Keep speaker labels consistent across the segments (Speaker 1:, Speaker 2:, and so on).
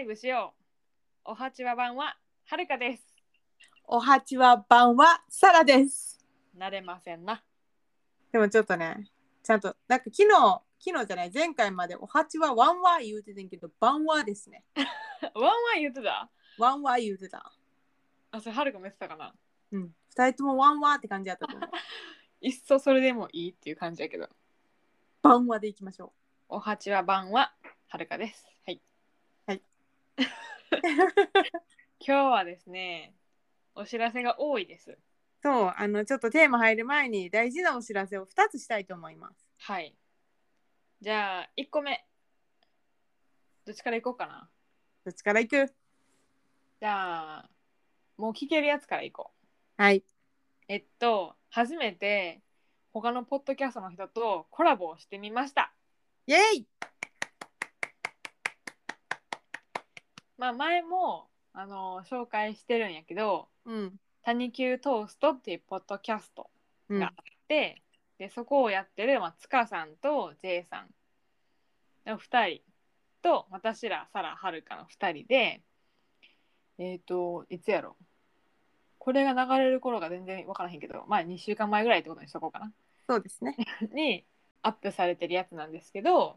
Speaker 1: イブしよう。おはちわ版ははるかです。
Speaker 2: おはちわ版はサラです。
Speaker 1: 慣れませんな。
Speaker 2: でもちょっとね、ちゃんと、なんか昨日、昨日じゃない、前回までおはちはワンワー言うててんけど、バンワーですね。
Speaker 1: ワンワン言ってた
Speaker 2: ワンワー言うてた。
Speaker 1: あ、それはるかも言ってたかな。
Speaker 2: うん。二人ともワンワーって感じやったと 思う。
Speaker 1: いっそそれでもいいっていう感じやけど。
Speaker 2: バンワーでいきましょ
Speaker 1: おはちわ版ははるかです。はい。
Speaker 2: はい。
Speaker 1: 今日はですね、お知らせが多いです。
Speaker 2: う。そう、あの、ちょっとテーマ入る前に大事なお知らせを2つしたいと思います。
Speaker 1: はい。じゃあ、1個目。どっちからいこうかな。
Speaker 2: どっちからいく
Speaker 1: じゃあ、もう聞けるやつからいこう。
Speaker 2: はい。
Speaker 1: えっと、初めて他のポッドキャストの人とコラボをしてみました。
Speaker 2: イェイ
Speaker 1: まあ、前も、あの紹介してるんやけど、
Speaker 2: うん。
Speaker 1: タニキュートーストっていうポッドキャスト
Speaker 2: うん
Speaker 1: があって、で、そこをやってる、まあ、塚さんと J さんの2人と、私ら、サラ、はるかの2人で、えっ、と、いつやろこれが流れる頃が全然分からへんけど、まあ、2週間前ぐらいってことにしとこうかな。
Speaker 2: そうですね。
Speaker 1: にアップされてるやつなんですけど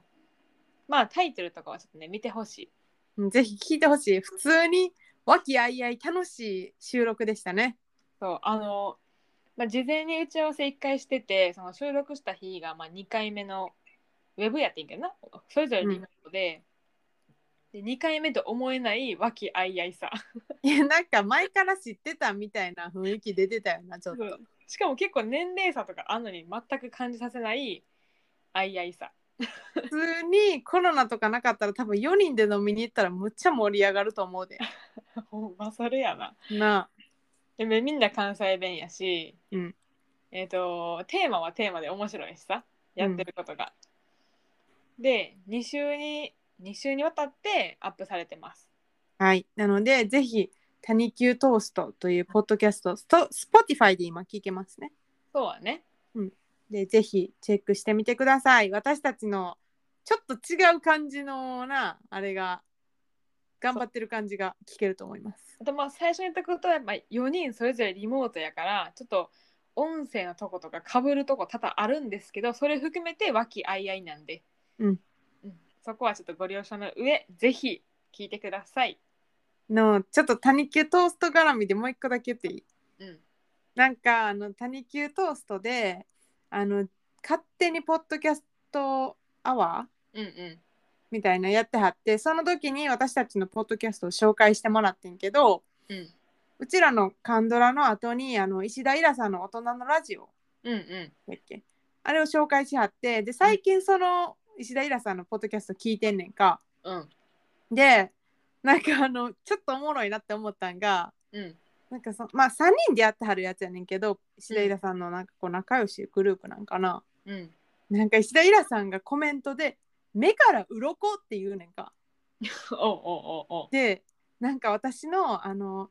Speaker 1: まあタイトルとかはちょっとね見てほしい
Speaker 2: うんぜひ聞いてほしい。普通に和気あいあい楽しい収録でしたね。
Speaker 1: そうあの、まあ、事前に打ち合わせ1回しててその収録した日がまあ2回目のウェブやってんけどなそれぞれリモートで,、で2回目と思えない和気あいあいさ
Speaker 2: いやなんか前から知ってたみたいな雰囲気出てたよなちょっと。
Speaker 1: そうしかも結構年齢差とかあんのに全く感じさせないあいあいさ
Speaker 2: 普通にコロナとかなかったら多分4人で飲みに行ったらむっちゃ盛り上がると思うで。
Speaker 1: ほんまそれやな
Speaker 2: なあ。
Speaker 1: でみみんな関西弁やし、
Speaker 2: うん
Speaker 1: えっ、とテーマはテーマで面白いしさやってることが、で2週に2週にわたってアップされてます
Speaker 2: はい。なのでぜひ「タニキュートースト」というポッドキャストスト Spotify で今聞けますね。
Speaker 1: そうはね
Speaker 2: でぜひチェックしてみてください。私たちのちょっと違う感じのなあれが頑張ってる感じが聞けると思います。
Speaker 1: あとまあ最初に言ったことはやっぱ4人それぞれリモートやからちょっと音声のとことかかぶるとこ多々あるんですけどそれ含めて和気あいあいなんで、
Speaker 2: うん
Speaker 1: うんそこはちょっとご了承の上ぜひ聞いてください、
Speaker 2: のちょっと「タニキュートースト」絡みでもう一個だけ言っていい
Speaker 1: うん、
Speaker 2: なんかあの「タニキュートーストで」あの勝手にポッドキャストアワー
Speaker 1: うんうん
Speaker 2: みたいなやってはってその時に私たちのポッドキャストを紹介してもらってんけど
Speaker 1: うん
Speaker 2: うちらのカンドラの後にあの石田イラさんの「大人のラジオ
Speaker 1: うんうん」
Speaker 2: だっけあれを紹介しはってで最近その石田イラさんのポッドキャスト聞いてんねんか
Speaker 1: うん
Speaker 2: でなんかあのちょっとおもろいなって思ったんが
Speaker 1: うん
Speaker 2: なんかそまあ3人でやってはるやつやねんけど石田イラさんのなんかこう仲良しグループなんかな、
Speaker 1: うん
Speaker 2: なんか石田イラさんがコメントで「目から鱗って言うねんか
Speaker 1: おうおうおうおう
Speaker 2: でなんか私のあの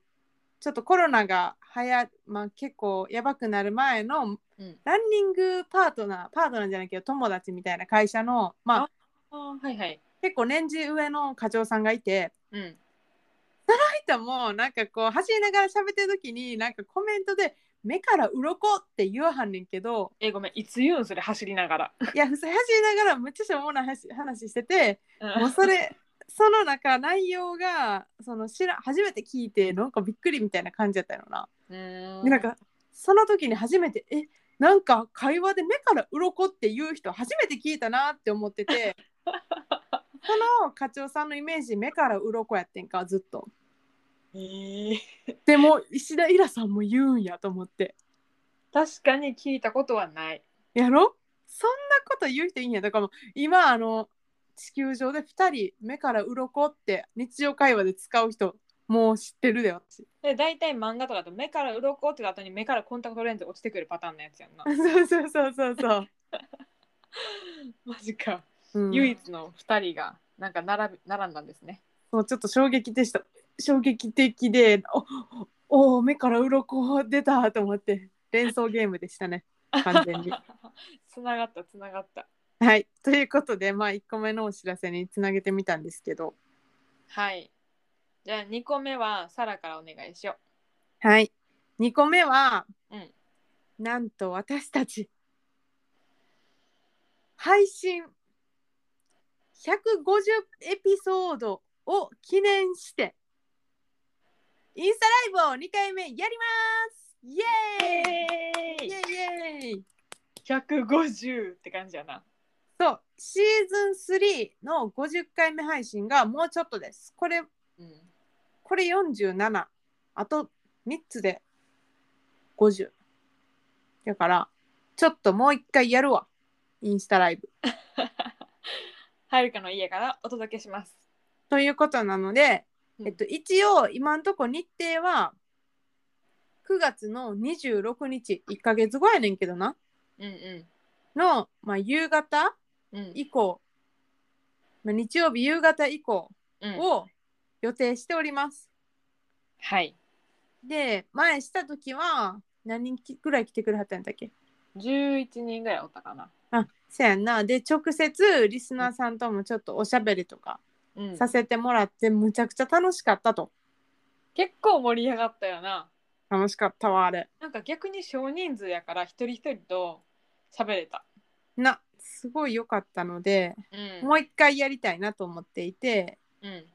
Speaker 2: ちょっとコロナがはや、まあ、結構やばくなる前の
Speaker 1: うん
Speaker 2: ランニングパートナーパートナーじゃないけど友達みたいな会社の、まあ、
Speaker 1: あーはいはい。
Speaker 2: 結構年次上の課長さんがいて
Speaker 1: うん。
Speaker 2: 人もなんかこう走りながら喋ってる時になんかコメントで「目から鱗って言わはんねんけど、
Speaker 1: え、ごめん、いつ言うんそれ走りながら。
Speaker 2: いや、ふさ走りながらむっちゃしょうもない話話してて、も う
Speaker 1: う
Speaker 2: それ、その中、内容が、その知ら初めて聞いて、なんかびっくりみたいな感じだったよな。
Speaker 1: ー
Speaker 2: で、なん、か、その時に初めて、え、なんか会話で目から鱗っていう人、初めて聞いたなって思ってて、その課長さんのイメージ、目から鱗やってんか、ずっと。
Speaker 1: えー
Speaker 2: でも、石田イラさんも言うんやと思って。
Speaker 1: 確かに聞いたことはない。
Speaker 2: やろそんなこと言う人いいんやだからもう今あの地球上で2人目から鱗って日常会話で使う人もう知ってるで私
Speaker 1: で、大体漫画とかだと目から鱗って後に目からコンタクトレンズ落ちてくるパターンのやつやんな。
Speaker 2: そうそうそうそうそう、
Speaker 1: マジか。
Speaker 2: うん、
Speaker 1: 唯一の二人が、なんか並び、並んだんですね。
Speaker 2: そうちょっと衝撃でした衝撃的でおお目から鱗出たと思って連想ゲームでしたね完全 に
Speaker 1: つながった、つながった。
Speaker 2: はいということでまあ1個目のお知らせにつなげてみたんですけど
Speaker 1: はい。じゃあ2個目はサラからお願いしよ
Speaker 2: はい2個目は、
Speaker 1: うん
Speaker 2: なんと私たち配信150エピソードを記念してインスタライブを2回目やりますイ
Speaker 1: う。
Speaker 2: エーイ
Speaker 1: イ
Speaker 2: イ
Speaker 1: エーイ
Speaker 2: エーイイエーイ
Speaker 1: !150 って感じやな。
Speaker 2: そうシーズン3の50回目配信がもうちょっとですこれ
Speaker 1: うん、
Speaker 2: これ47あと3つで50だからちょっともう一回やるわインスタライブ
Speaker 1: はるかの家からお届けします。
Speaker 2: ということなので、
Speaker 1: うん
Speaker 2: えっと、一応今んとこ日程は9月の26日1ヶ月後やねんけどな
Speaker 1: うんう
Speaker 2: の、まあ、夕方
Speaker 1: ん。うん、
Speaker 2: 以降、まあ、日曜日夕方以降
Speaker 1: うん
Speaker 2: を予定しております、
Speaker 1: はい。
Speaker 2: で前した時は何人きぐらい来てくれはったんだっけ
Speaker 1: 11人ぐらいおったかな。
Speaker 2: あそうやんなで直接リスナーさんともちょっとおしゃべりとか
Speaker 1: うん、
Speaker 2: させてもらってむちゃくちゃ楽しかったと
Speaker 1: 結構盛り上がったよな。
Speaker 2: 楽しかったわあれ
Speaker 1: なんか逆に少人数やから一人一人と喋れた。
Speaker 2: なすごい良かったので、
Speaker 1: うん
Speaker 2: もう一回やりたいなと思っていて
Speaker 1: うん、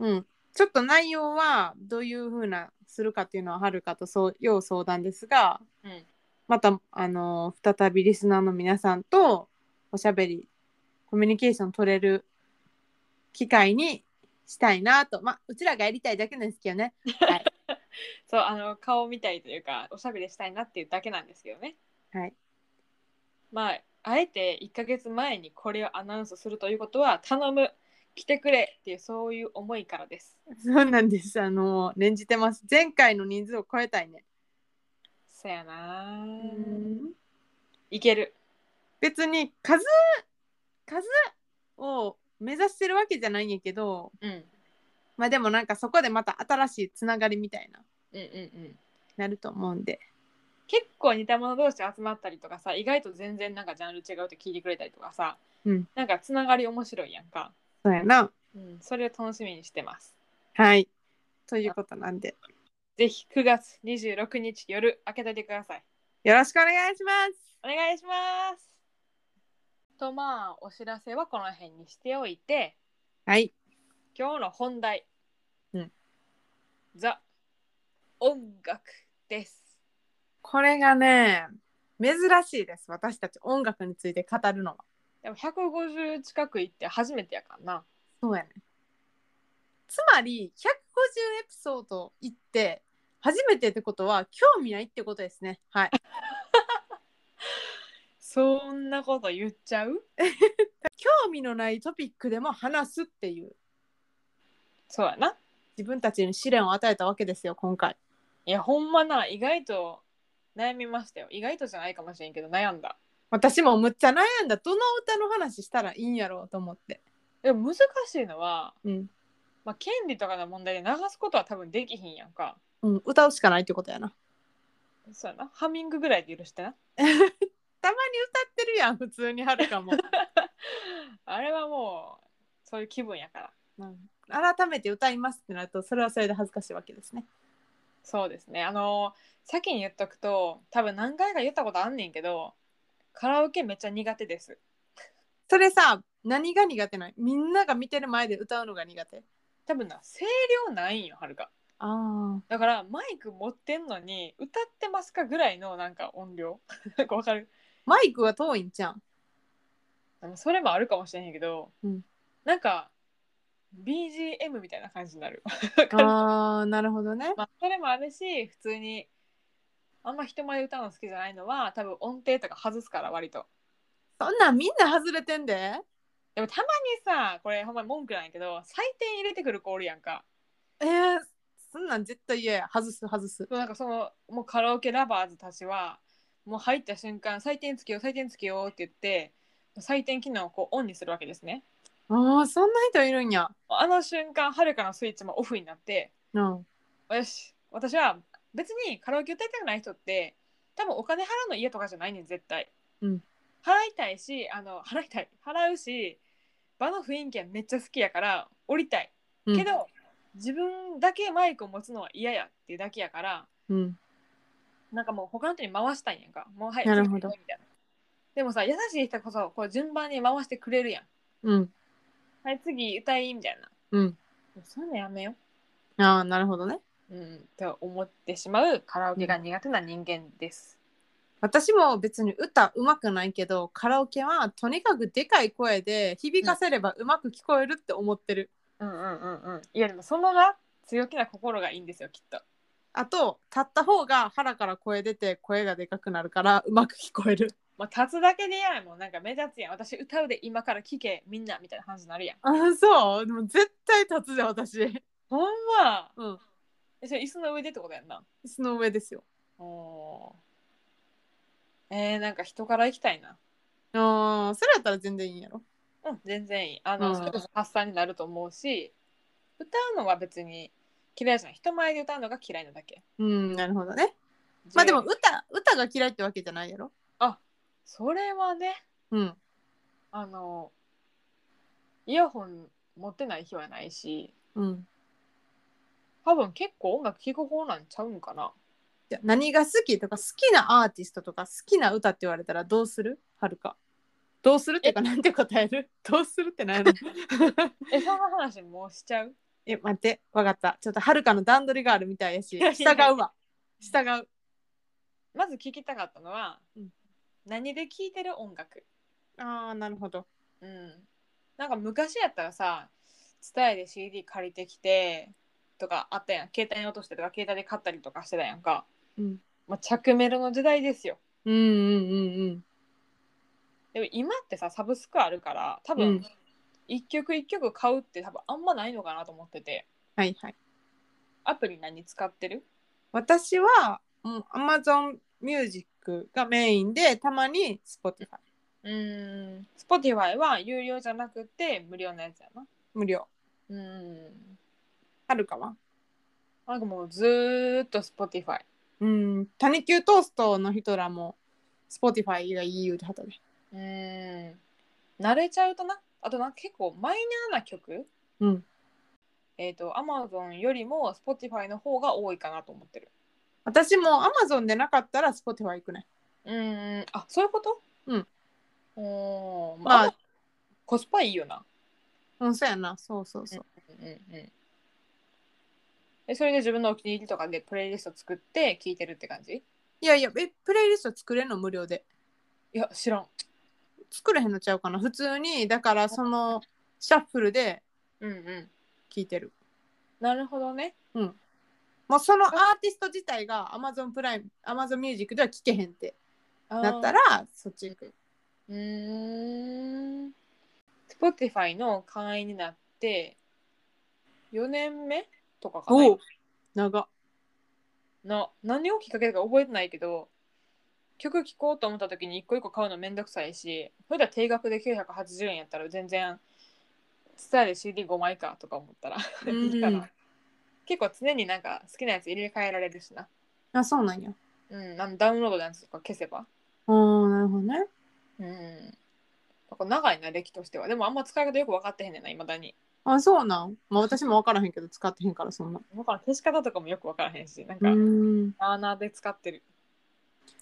Speaker 2: うんちょっと内容はどういう風なするかっていうのははるかとそう要相談ですが
Speaker 1: うん、
Speaker 2: またあの再びリスナーの皆さんとおしゃべりコミュニケーション取れる機会にしたいなとまあうちらがやりたいだけなんですけどね
Speaker 1: そうあの顔見たいというかおしゃべりしたいなっていうだけなんですけどね
Speaker 2: はい
Speaker 1: まああえて1ヶ月前にこれをアナウンスするということは頼む来てくれっていうそういう思いからです
Speaker 2: そうなんです。あの、念じてます。前回の人数を超えたいね。
Speaker 1: そやなーいける
Speaker 2: 別に数、数を目指してるわけじゃないんやけど、
Speaker 1: うんうん
Speaker 2: まあでもなんかそこでまた新しいつながりみたいな、
Speaker 1: うんうん
Speaker 2: なると思うんで。
Speaker 1: 結構似た者同士集まったりとかさ意外と全然なんかジャンル違うって聞いてくれたりとかさ、
Speaker 2: うん
Speaker 1: なんかつながり面白いやんか、
Speaker 2: そうやな。
Speaker 1: うん、それを楽しみにしてます
Speaker 2: はい。ということなんで、
Speaker 1: ぜひ9月26日夜開けといてください
Speaker 2: よろしくお願いします。
Speaker 1: お願いします。とまあお知らせはこの辺にしておいて
Speaker 2: はい。
Speaker 1: 今日の本題、
Speaker 2: うん、
Speaker 1: ザ音楽です。
Speaker 2: これがね、珍しいです。私たち音楽について語るのは。
Speaker 1: でも150近く行って初めてやからな。
Speaker 2: そうやね。つまり150エピソードいって初めてってことは興味ないってことですね。はい。
Speaker 1: そんなこと言っちゃう
Speaker 2: 興味のないトピックでも話すっていう
Speaker 1: そうやな。
Speaker 2: 自分たちに試練を与えたわけですよ今回。
Speaker 1: いやほんまな意外と悩みましたよ。意外とじゃないかもしれんけど悩んだ。
Speaker 2: 私もむっちゃ悩んだどの歌の話したらいいんやろうと思って。
Speaker 1: でも難しいのは、
Speaker 2: うん。
Speaker 1: まあ、権利とかの問題で流すことは多分できひんやんか。
Speaker 2: うん、歌うしかないってことやな。
Speaker 1: そうやな。ハミングぐらいで許してな。
Speaker 2: たまに歌ってるやん普通にはるかも。
Speaker 1: あれはもうそういう気分やから
Speaker 2: うん改めて歌いますってなるとそれはそれで恥ずかしいわけですね。
Speaker 1: そうですねあの先に言っとくと多分何回か言ったことあんねんけどカラオケめっちゃ苦手です
Speaker 2: それさ何が苦手ないみんなが見てる前で歌うのが苦手。
Speaker 1: 多分な声量ないんよはるか
Speaker 2: ああ。
Speaker 1: だからマイク持ってんのに歌ってますかぐらいのなんか音量 なんかわかる
Speaker 2: マイクが遠いんじゃん。
Speaker 1: でもそれもあるかもしれへんけど、
Speaker 2: うん
Speaker 1: なんか BGM みたいな感じになる
Speaker 2: ああ、なるほどね。
Speaker 1: まあ、それもあるし普通にあんま人前で歌うの好きじゃないのは多分音程とか外すから割と
Speaker 2: そんなんみんな外れてんで。
Speaker 1: でもたまにさこれほんまに文句なんやけど採点入れてくる子おるやんか
Speaker 2: えー、そんなん絶対嫌や。外す外す。
Speaker 1: そうなんかそのもうカラオケラバーズたちはもう入った瞬間採点つけよう採点つけようって言って採点機能をこうオンにするわけですね
Speaker 2: ああ、そんな人いるんや。
Speaker 1: あの瞬間はるかのスイッチもオフになって
Speaker 2: うん。
Speaker 1: よし私は別にカラオケ歌いたくない人って多分お金払うの家とかじゃないねん絶対、
Speaker 2: うん
Speaker 1: 払いたいしあの払いたい払うし場の雰囲気はめっちゃ好きやから降りたい
Speaker 2: うん
Speaker 1: けど、自分だけマイクを持つのは嫌やっていうだけやから
Speaker 2: うん
Speaker 1: なんかもう他の人に回したいんやんかもうはい
Speaker 2: なるほど
Speaker 1: 次みたいなでもさ優しい人こそこう順番に回してくれるやん
Speaker 2: うん
Speaker 1: はい次歌いみたいな
Speaker 2: うん
Speaker 1: そういうのやめよ
Speaker 2: ああなるほどね
Speaker 1: う、うん、と思ってしまうカラオケが苦手な人間です、
Speaker 2: 私も別に歌うまくないけどカラオケはとにかくでかい声で響かせればうまく聞こえるって思ってる、
Speaker 1: うん、うんうんうんいやでもそのな強気な心がいいんですよきっと
Speaker 2: あと立った方が腹から声出て声がでかくなるからうまく聞こえる
Speaker 1: まあ、立つだけでやんもうなんか目立つやん私歌うで今から聞けみんなみたいな話になるやん
Speaker 2: あそうでも絶対立つで私
Speaker 1: ほんま
Speaker 2: うん
Speaker 1: えそれ椅子の上でってことやんな
Speaker 2: 椅子の上ですよ
Speaker 1: おーえー、なんか人から行きたいな
Speaker 2: あーそれやったら全然いいんやろ
Speaker 1: うん全然いいあの、
Speaker 2: うん
Speaker 1: それこそ発散になると思うし歌うのは別に嫌いじゃない人前で歌うのが嫌いなだけ
Speaker 2: うんなるほどねまあでも
Speaker 1: 自由
Speaker 2: 歌歌が嫌いってわけじゃないやろ
Speaker 1: それはね
Speaker 2: うん
Speaker 1: あのイヤホン持ってない日はないし
Speaker 2: うん
Speaker 1: 多分結構音楽聴く方なんちゃうんか な
Speaker 2: じゃあ何が好きとか好きなアーティストとか好きな歌って言われたらどうするはるかどうするっていうかなんて答える どうするってなんやろ
Speaker 1: えそんな話もうしちゃう
Speaker 2: え待ってわかったちょっとはるかの段取りがあるみたいやし
Speaker 1: いやい
Speaker 2: 従
Speaker 1: や
Speaker 2: うわ従う
Speaker 1: まず聞きたかったのは、
Speaker 2: うん
Speaker 1: 何で聴いてる音楽、
Speaker 2: あーなるほど
Speaker 1: うん、なんか昔やったらさ伝えで CD 借りてきてとかあったやん携帯に落としてとか携帯で買ったりとかしてたやんか、
Speaker 2: うん
Speaker 1: まあ、着メロの時代ですよ
Speaker 2: うんうんうんうん
Speaker 1: でも今ってさサブスクあるから多
Speaker 2: う
Speaker 1: 分
Speaker 2: ん
Speaker 1: 一曲一曲買うって多分あんまないのかなと思ってて
Speaker 2: はいはい
Speaker 1: アプリ何使ってる
Speaker 2: 私はもう Amazon ミュージックがメインでたまに Spotify
Speaker 1: うーん Spotify は有料じゃなくて無料のやつやな
Speaker 2: 無料
Speaker 1: うん
Speaker 2: はるかは
Speaker 1: なんかもうずーっと Spotify
Speaker 2: うん、タニキュートーストの人らも Spotify がいい言うてはったね。
Speaker 1: うーん慣れちゃうとなあとなんか結構マイナーな曲
Speaker 2: うん。
Speaker 1: えっ、と Amazon よりも Spotify の方が多いかなと思ってる
Speaker 2: 私も Amazon でなかったら Spotify 行くね。
Speaker 1: うーんあそういうこと
Speaker 2: うん
Speaker 1: おーまあ、
Speaker 2: まあ、
Speaker 1: コスパいいよな
Speaker 2: うん、そうやな。そうそうそう。
Speaker 1: うんうんうんえそれで自分のお気に入りとかでプレイリスト作って聴いてるって感じ
Speaker 2: いやいや、え、プレイリスト作れんの無料で。
Speaker 1: いや知らん
Speaker 2: 作れへんのちゃうかな。普通に、だからそのシャッフルで
Speaker 1: うんうん
Speaker 2: 聞いてる。
Speaker 1: なるほどね
Speaker 2: もうそのアーティスト自体が Amazon プライム、Amazon ミュージックでは聞けへんって
Speaker 1: あー
Speaker 2: なったら、そっち行く。
Speaker 1: うーん Spotify の会員になって4年目とかかな
Speaker 2: う長っ。
Speaker 1: な何をきっかけか覚えてないけど曲聴こうと思った時に一個一個買うのめんどくさいしそれだ定額で980円やったら全然スタイル CD5 枚かとか思ったらいいか
Speaker 2: うん
Speaker 1: な結構常になんか好きなやつ入れ替えられるしな、
Speaker 2: あ、そうなんや。
Speaker 1: うん、あのダウンロードのやつとか消せば
Speaker 2: うん、なるほどね。
Speaker 1: うんなんか長いな歴としてはでもあんま使い方よく分かってへんねんないまだに
Speaker 2: あ、そうなん。まあ私も分からへんけど、使ってへんから、そんな。
Speaker 1: だから消し方とかもよく分からへんしなんか
Speaker 2: うん。
Speaker 1: アーナーで使ってる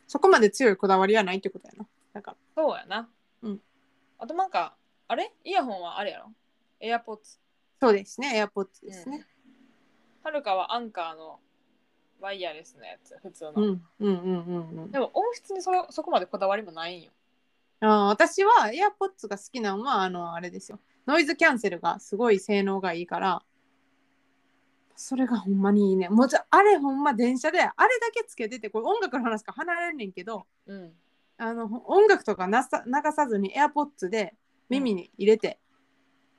Speaker 2: そこまで強いこだわりはないってことやな。だから。
Speaker 1: そうやな
Speaker 2: うん
Speaker 1: あとなんかあれイヤホンはあれやろ AirPods
Speaker 2: そうですね、AirPods です
Speaker 1: うん
Speaker 2: ね。
Speaker 1: はるかはアンカーのワイヤレスのやつ普通の、
Speaker 2: うん、うん、うん、うんうん
Speaker 1: でも音質にそそこまでこだわりもないんよ
Speaker 2: あー。私は AirPods が好きなのは、あの、あれですよ。ノイズキャンセルがすごい性能がいいから、それがほんまにいいね。もうじゃあれほんま電車で、あれだけつけてて、これ音楽の話から離れんねんけど、
Speaker 1: うん
Speaker 2: あの、ほ音楽とかなさ流さずに AirPods で耳に入れて、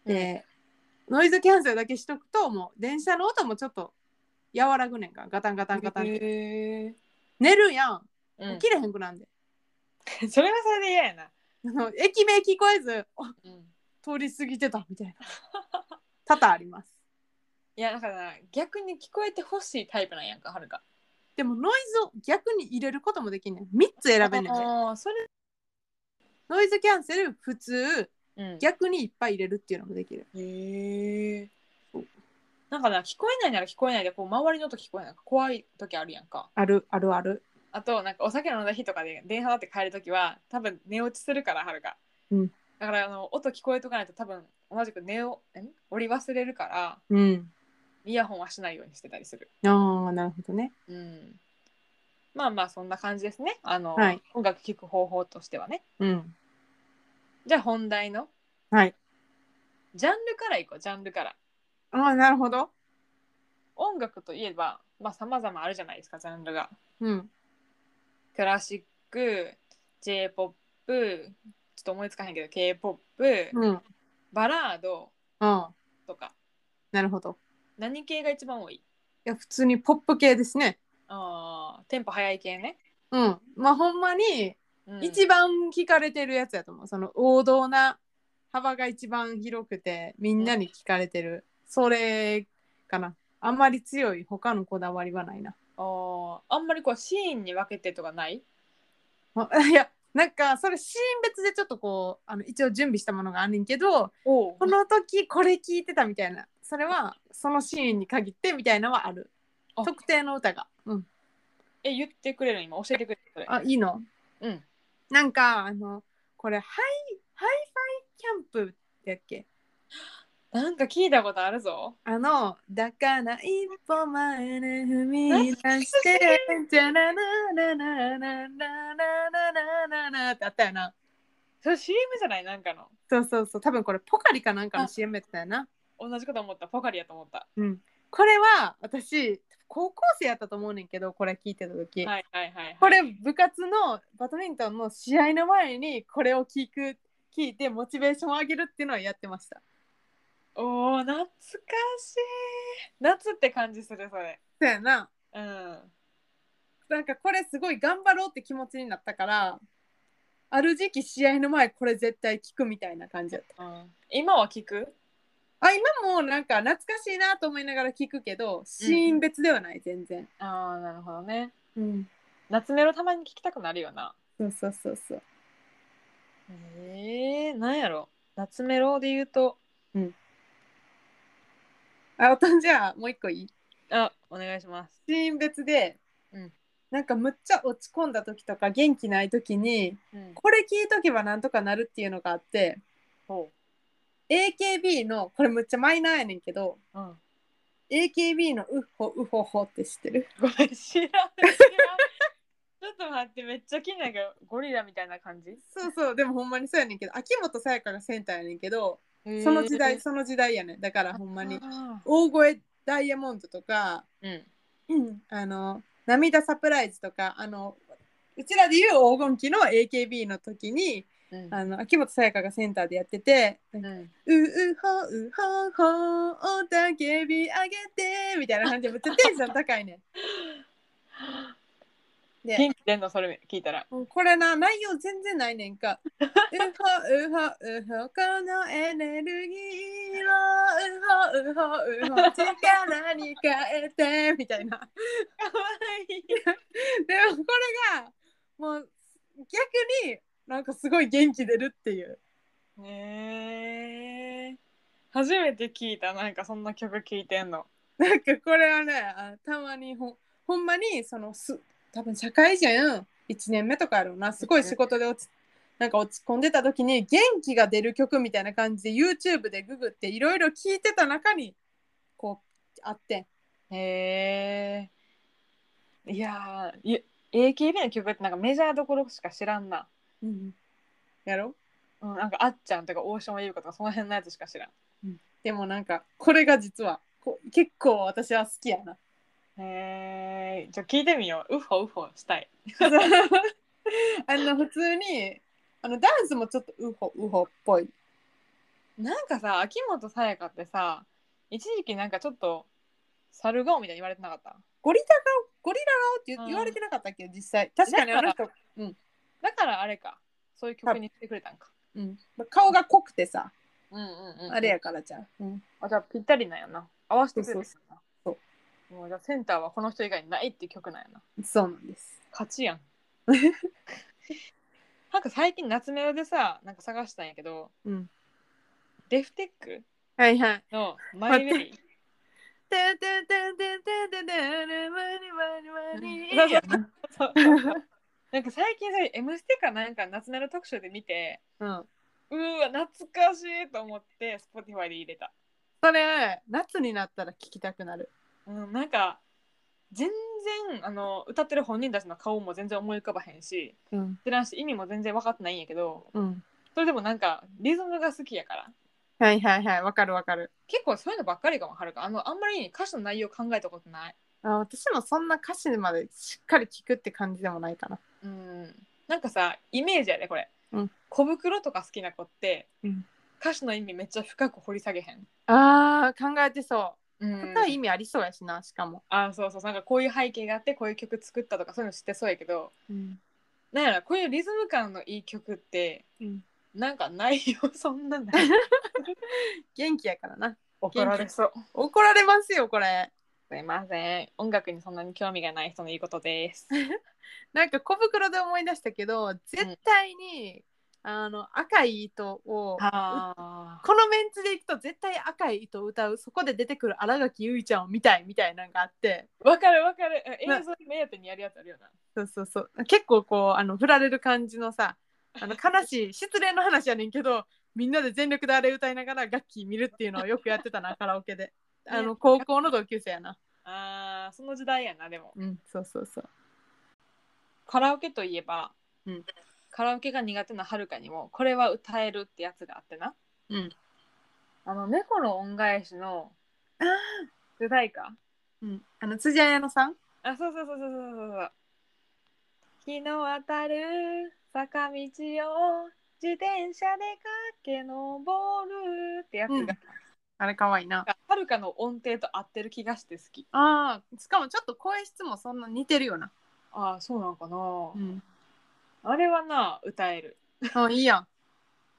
Speaker 2: で、ノイズキャンセルだけしとくと、もう電車の音もちょっと和らぐねんか。ガタンガタンガタンって。
Speaker 1: へえ
Speaker 2: 寝るやん。
Speaker 1: うん、
Speaker 2: 起きれへんくなんで、
Speaker 1: それはそれで嫌やな、
Speaker 2: あの駅名聞こえずあ
Speaker 1: うん、
Speaker 2: 通り過ぎてたみ たいな多々あります
Speaker 1: いやだから逆に聞こえてほしいタイプなんやんかはるか
Speaker 2: でもノイズを逆に入れることもできんねん3つ選べんねんで
Speaker 1: ああそれ、
Speaker 2: ノイズキャンセル普通逆にいっぱい入れるっていうのもできる
Speaker 1: へえなんかな聞こえないなら聞こえないでこう周りの音聞こえない怖い時あるやんか
Speaker 2: あるあるある。
Speaker 1: あとなんかお酒飲んだ日とかで電話だって帰る時は多分寝落ちするからはるか、
Speaker 2: うん
Speaker 1: だからあの音聞こえとかないと多分同じく寝をん折り忘れるから
Speaker 2: うん。
Speaker 1: イヤホンはしないようにしてたりする
Speaker 2: ああ、なるほどね。
Speaker 1: うんまあまあそんな感じですねあの、
Speaker 2: はい
Speaker 1: 音楽聴く方法としてはね
Speaker 2: うん。
Speaker 1: じゃあ本題の
Speaker 2: はい。
Speaker 1: ジャンルからいこうジャンルから
Speaker 2: ああ、なるほど。
Speaker 1: 音楽といえばまあ様々あるじゃないですかジャンルが
Speaker 2: うん。
Speaker 1: クラシック j p o p ちょっと思いつかへんけど k p o p
Speaker 2: うん。
Speaker 1: バラード
Speaker 2: ああ、
Speaker 1: とか
Speaker 2: なるほど。
Speaker 1: 何系が一番多い
Speaker 2: いや、普通にポップ系ですね。
Speaker 1: あーテンポ速い系ね、
Speaker 2: うん。まあ、ほんまに
Speaker 1: うん
Speaker 2: 一番聞かれてるやつやと思う。その王道な幅が一番広くて、みんなに聞かれてる。それかな。あんまり強い他のこだわりはないな。
Speaker 1: あーあんまりこうシーンに分けてとかない
Speaker 2: あ いやなんかそれシーン別でちょっとこうあの一応準備したものがあんねんけど
Speaker 1: おう
Speaker 2: この時これ聞いてたみたいなそれはそのシーンに限ってみたいなのはある
Speaker 1: あ
Speaker 2: 特定の歌が、うん、
Speaker 1: え言ってくれる今教えてくれるそれ
Speaker 2: あいいの
Speaker 1: うん
Speaker 2: なんかあのこれハイハイファイキャンプやっけ
Speaker 1: なんか聞いたことあるぞ
Speaker 2: あの「だから一歩前で踏み出して」「じゃらららららららららら」ってあったよな
Speaker 1: それ CM じゃないなんかの
Speaker 2: そうそうそう多分これポカリかなんかの CM やったよな
Speaker 1: 同じこと思ったポカリやと思った
Speaker 2: うん、これは私高校生やったと思うねんけどこれ聞いてた時、
Speaker 1: はいはいはい、はい、
Speaker 2: これ部活のバドミントンの試合の前にこれを聞く聞いてモチベーションを上げるっていうのはやってました
Speaker 1: おー懐かしい夏って感じするそれ
Speaker 2: そうやな
Speaker 1: うん
Speaker 2: なんかこれすごい頑張ろうって気持ちになったからある時期試合の前これ絶対聞くみたいな感じやった
Speaker 1: うん今は聞く
Speaker 2: あ今もなんか懐かしいなと思いながら聞くけどシーン別ではない全然
Speaker 1: ああなるほどね
Speaker 2: うん
Speaker 1: 夏メロたまに聞きたくなるよな
Speaker 2: そうそうそうそう
Speaker 1: えー、なんやろ夏メロで言うと
Speaker 2: あおとんじゃあもう一個いい
Speaker 1: あお願いします
Speaker 2: シーン別で、
Speaker 1: うん
Speaker 2: なんかむっちゃ落ち込んだ時とか元気ない時に
Speaker 1: うん
Speaker 2: これ聞いとけばなんとかなるっていうのがあって
Speaker 1: ほ
Speaker 2: AKB のこれむっちゃマイナーやねんけど
Speaker 1: う、うん、
Speaker 2: AKB の「ウッホウホホ」って知ってる
Speaker 1: ごめん知らん知らんちょっと待ってめっちゃ気になるけどゴリラみたいな感じ
Speaker 2: そうそうでもほんまにそうやねんけど秋元才加がセンターやねんけどその時代その時代やねんだからほんまに
Speaker 1: あ
Speaker 2: 大声ダイヤモンドとか、
Speaker 1: ーうん
Speaker 2: あの涙サプライズとかあのうちらでいう黄金期の AKB の時に
Speaker 1: うん
Speaker 2: あの秋元才加がセンターでやってて「う
Speaker 1: う
Speaker 2: うんほうほうほうおたけびあげて」みたいな感じでめっちゃテンション高いねん。で
Speaker 1: 元気出んのそれ聞いたら
Speaker 2: もうこれな内容全然ないねんか「うほうほうほこのエネルギーをうほうほうほ力に変えて」みたいな。
Speaker 1: かわいい
Speaker 2: でもこれがもう逆になんかすごい元気出るっていう。
Speaker 1: へえ初めて聞いたなんかそんな曲聞いてんの
Speaker 2: なんか これはねあたまにほんほんまにそのす多分社会人1年目とかやろうなすごい仕事で落ちなんか落ち込んでた時に元気が出る曲みたいな感じで YouTube でググっていろいろ聞いてた中にこうあって
Speaker 1: へえいやーゆ AKB の曲ってなんかメジャーどころしか知らんな、
Speaker 2: ん、やろ
Speaker 1: うん、なんかあっちゃんとか大島優子とかその辺のやつしか知らん
Speaker 2: でもなんかこれが実はこう結構私は好きやな
Speaker 1: へえじゃあ聞いてみようウホウホしたい
Speaker 2: あの普通にあのダンスもちょっとウホウホっぽい
Speaker 1: なんかさ秋元才加ってさ一時期なんかちょっと猿顔みたいに言われてなかった
Speaker 2: ゴリラ顔ゴリラ顔って言,、
Speaker 1: うん
Speaker 2: 言われてなかったっけ実際確かにあの人
Speaker 1: だからあれかそういう曲にしてくれたんか
Speaker 2: うん、顔が濃くてさ、
Speaker 1: うんうんうんうん
Speaker 2: あれやからじゃん、うん、
Speaker 1: あじゃあぴったりなんやな合わせてくれるんやな
Speaker 2: そうそう
Speaker 1: もうじゃあセンターはこの人以外にないっていう曲なんやな
Speaker 2: そうなんです
Speaker 1: 勝ちやんなんか最近夏メロでさなんか探したんやけど
Speaker 2: うん
Speaker 1: デフテック
Speaker 2: はいはい
Speaker 1: の「マイウェイ」
Speaker 2: てんてんてんてんてんてんてんてんわりわりわり
Speaker 1: そうそうそうなんか最近さ「M ステ」かなんかナショナル特集で見て
Speaker 2: うん
Speaker 1: うーわ懐かしいと思って Spotify で入れた、
Speaker 2: それ夏になったら聞きたくなる
Speaker 1: うん、なんか全然あの歌ってる本人たちの顔も全然思い浮かばへんし
Speaker 2: うん
Speaker 1: 知らんし意味も全然分かってないんやけど
Speaker 2: うん
Speaker 1: それでもなんかリズムが好きやから
Speaker 2: はいはいはいわかるわかる
Speaker 1: 結構そういうのばっかりかもはるかあのあんまり歌詞の内容考えたことない
Speaker 2: あ私もそんな歌詞までしっかり聞くって感じでもないかな
Speaker 1: うんなんかさイメージやでこれ、
Speaker 2: うん
Speaker 1: 小袋とか好きな子って、
Speaker 2: うん
Speaker 1: 歌詞の意味めっちゃ深く掘り下げへん、
Speaker 2: あー考えてそうう、
Speaker 1: ん
Speaker 2: 深い意味ありそうやしなしかも、
Speaker 1: あそうそうなんかこういう背景があってこういう曲作ったとかそういうの知ってそうやけどなんやろこういうリズム感のいい曲って
Speaker 2: うん
Speaker 1: なんか内容そんな ない
Speaker 2: 元気やからな
Speaker 1: 怒られそう
Speaker 2: 怒られますよこれ
Speaker 1: すいません音楽にそんなに興味がない人のいいこと です
Speaker 2: なんか小袋で思い出したけど絶対に、あの赤い糸を
Speaker 1: あ
Speaker 2: このメンツでいくと絶対赤い糸を歌うそこで出てくる新垣結衣ちゃんを見たいみたいなのがあって
Speaker 1: ーわかるわかる映
Speaker 2: な
Speaker 1: 像目当てにやるやつあるよな
Speaker 2: そうそうそう結構こうあの振られる感じのさあの悲しい失恋の話やねんけどみんなで全力であれ歌いながら楽器見るっていうのをよくやってたなカラオケであの高校の同級生やな
Speaker 1: あーその時代やなでも
Speaker 2: うんそうそうそう
Speaker 1: カラオケといえば、
Speaker 2: うん
Speaker 1: カラオケが苦手なはるかにもこれは歌えるってやつがあってな
Speaker 2: うん
Speaker 1: あの猫の恩返しの
Speaker 2: あー
Speaker 1: 主題歌
Speaker 2: うん、あの辻彩乃さん
Speaker 1: あ、そうそうそうそうそうそうそう。日の当たる坂道を自転車で駆け上るってやつが、
Speaker 2: うんあれかわいいな
Speaker 1: はるかの音程と合ってる気がして好き。
Speaker 2: あーしかもちょっと声質もそんな似てるよな、
Speaker 1: ああ、そうなのかな、
Speaker 2: ん、
Speaker 1: あれはな、歌える。
Speaker 2: あいいやん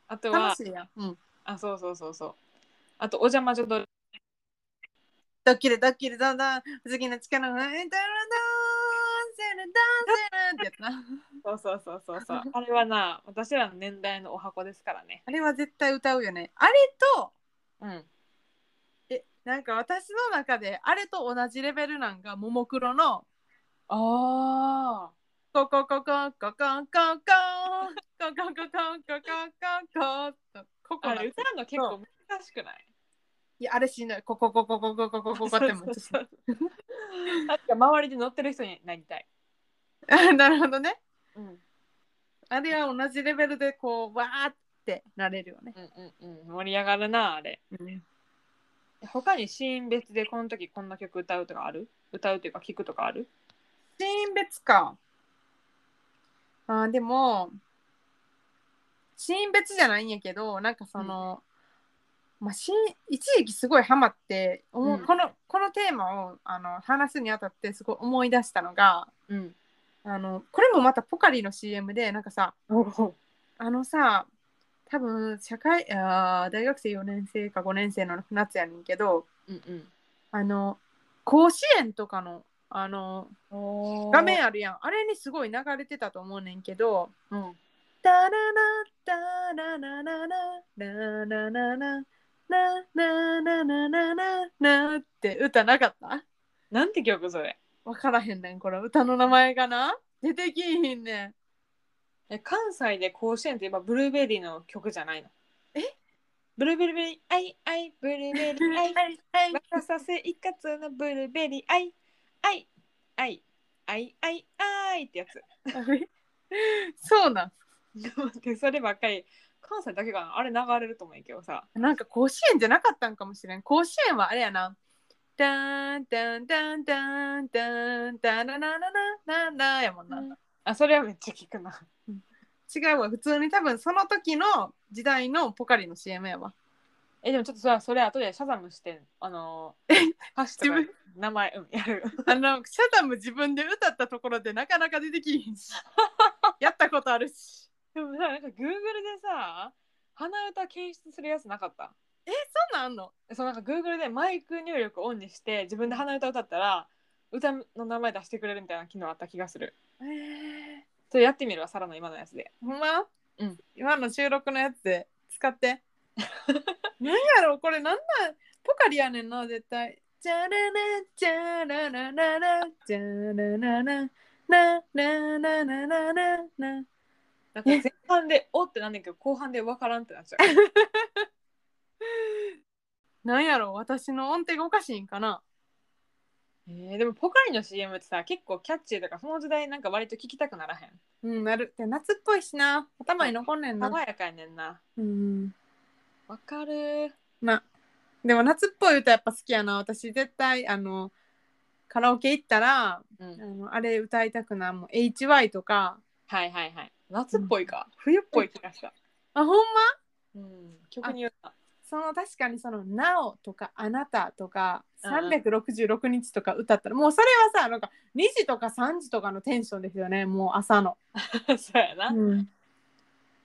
Speaker 1: あとは
Speaker 2: 楽、しいやん、うん、
Speaker 1: あ、そうそうそうそう。あと、お邪魔女ドリ
Speaker 2: ドッキリドッキリどんどん不思議な力がえンタルドンセルダンセルってやつな
Speaker 1: そうそうそうそう そう。あれはな、私らの年代のお箱ですからね。
Speaker 2: あれは絶対歌うよねあれと
Speaker 1: うん。
Speaker 2: えなんか私の中であれと同じレベルなんがももクロの
Speaker 1: ああ。
Speaker 2: コココココココココココココココココココ
Speaker 1: あれ歌うの結構難しくない
Speaker 2: いやあれしんどいココココココココココっても
Speaker 1: そうそうそう なんか周りで乗ってる人になりたい。
Speaker 2: なるほどねあれは同じレベルでこうわーってなれるよね、
Speaker 1: うんうんうん、盛り上がるなあれ。他にシーン別でこの時こんな曲歌うとかある歌うというか聞くとかある
Speaker 2: シーン別か。あーでも、シーン別じゃないんやけど、なんかその、まあ、シーン一時期すごいハマって、おも
Speaker 1: うん
Speaker 2: このこのテーマをあの話すにあたってすごい思い出したのが、
Speaker 1: うん。
Speaker 2: あのこれもまたポカリの CM で、なんかさ、あのさ、多分社会あー大学生4年生か5年生の夏やねんけど、
Speaker 1: うんうん
Speaker 2: あの甲子園とかのあの
Speaker 1: おー
Speaker 2: 画面あるやんあれにすごい流れてたと思うねんけど
Speaker 1: うん
Speaker 2: 「タララタラララララララララララララララ」って歌なかった
Speaker 1: なんて曲それ
Speaker 2: わからへんねんこれ歌の名前がな出てきひんねん
Speaker 1: え関西で甲子園といえばブルーベリーの曲じゃないのえブルーベリー、アイアイ、ブルーベリ ー、アイ。
Speaker 2: いはい
Speaker 1: 若させいかつのブルーベリーアイアイアイアイアイアイってやつ
Speaker 2: そうなん
Speaker 1: 待ってそればっかり関西だけかなあれ流れると思うんやけどさ
Speaker 2: なんか甲子園じゃなかったんかもしれん甲子園はあれやな「タンタンタンタンタンタララララララ」やもんな
Speaker 1: あそれはめっちゃ聞くな
Speaker 2: 違うわ普通に多分その時の時代のポカリの CM やわ
Speaker 1: えでもちょっとさそれ後でシャザムしてあの歌詞とか
Speaker 2: 自
Speaker 1: 名前うんやる
Speaker 2: あのシャザム自分で歌ったところでなかなか出てき ひんしやったことあるし
Speaker 1: でもさなんか Google でさ鼻歌検出するやつなかった
Speaker 2: そんなんあんの
Speaker 1: そうなんか Google でマイク入力オンにして自分で鼻歌歌ったら歌の名前出してくれるみたいな機能あった気がする
Speaker 2: ええ
Speaker 1: それやってみるわサラの今のやつで
Speaker 2: ほんま、
Speaker 1: うん、
Speaker 2: 今の収録のやつで 使ってなんやろこれなんなんポカリやねんな絶対チャララチャララララチャララララララララララ
Speaker 1: なんか前半で おってなんねんけど後半でわからんってなっちゃう。
Speaker 2: なんやろ私の音程がおかしいんかな
Speaker 1: えーでもポカリの CM ってさ結構キャッチーとかその時代なんか割と聞きたくならへん。
Speaker 2: うんなるで夏っぽいしな頭に残んねんな
Speaker 1: 爽やかやねんな。
Speaker 2: うん
Speaker 1: わかる。
Speaker 2: なでも夏っぽい歌やっぱ好きやな私絶対あのカラオケ行ったら
Speaker 1: う
Speaker 2: あ
Speaker 1: ん。
Speaker 2: のあれ歌いたくなるもう HY とか
Speaker 1: はいはいはい。夏っぽいか、冬っぽい気がした。
Speaker 2: あほん ま
Speaker 1: うん。曲によった。
Speaker 2: その確かにその「なお」とか「あなた」とか
Speaker 1: うん
Speaker 2: 366日とか歌ったらもうそれはさなんか2時とか3時とかのテンションですよねもう朝の、
Speaker 1: そうやな。
Speaker 2: うん、